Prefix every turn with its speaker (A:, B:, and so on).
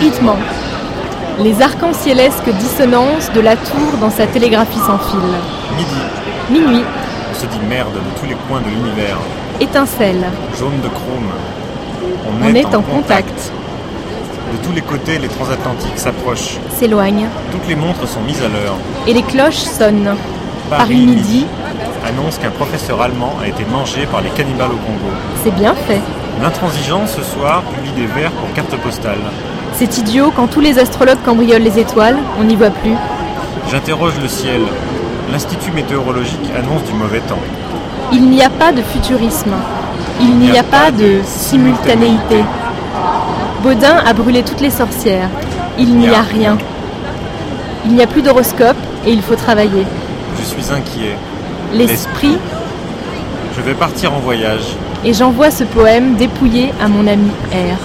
A: Hitman. Les arc-en-cielesques dissonances de la tour dans sa télégraphie sans fil.
B: Midi,
A: Minuit,
B: on se dit merde de tous les coins de l'univers.
A: étincelle,
B: Jaune de chrome.
A: on est en contact,
B: De tous les côtés, les transatlantiques s'approchent.
A: s'éloigne,
B: Toutes les montres sont mises à l'heure.
A: et les cloches sonnent. Paris midi,
B: annonce qu'un professeur allemand a été mangé par les cannibales au Congo.
A: c'est bien fait.
B: L'intransigeant, ce soir, publie des vers pour carte postale.
A: C'est idiot, quand tous les astrologues cambriolent les étoiles, on n'y voit plus.
B: J'interroge le ciel. L'Institut météorologique annonce du mauvais temps.
A: Il n'y a pas de futurisme. Il n'y a pas de simultanéité. Baudin a brûlé toutes les sorcières. Il n'y a rien. Il n'y a plus d'horoscope et il faut travailler.
B: Je suis inquiet.
A: L'esprit,
B: Je vais partir en voyage.
A: et j'envoie ce poème dépouillé à mon ami R.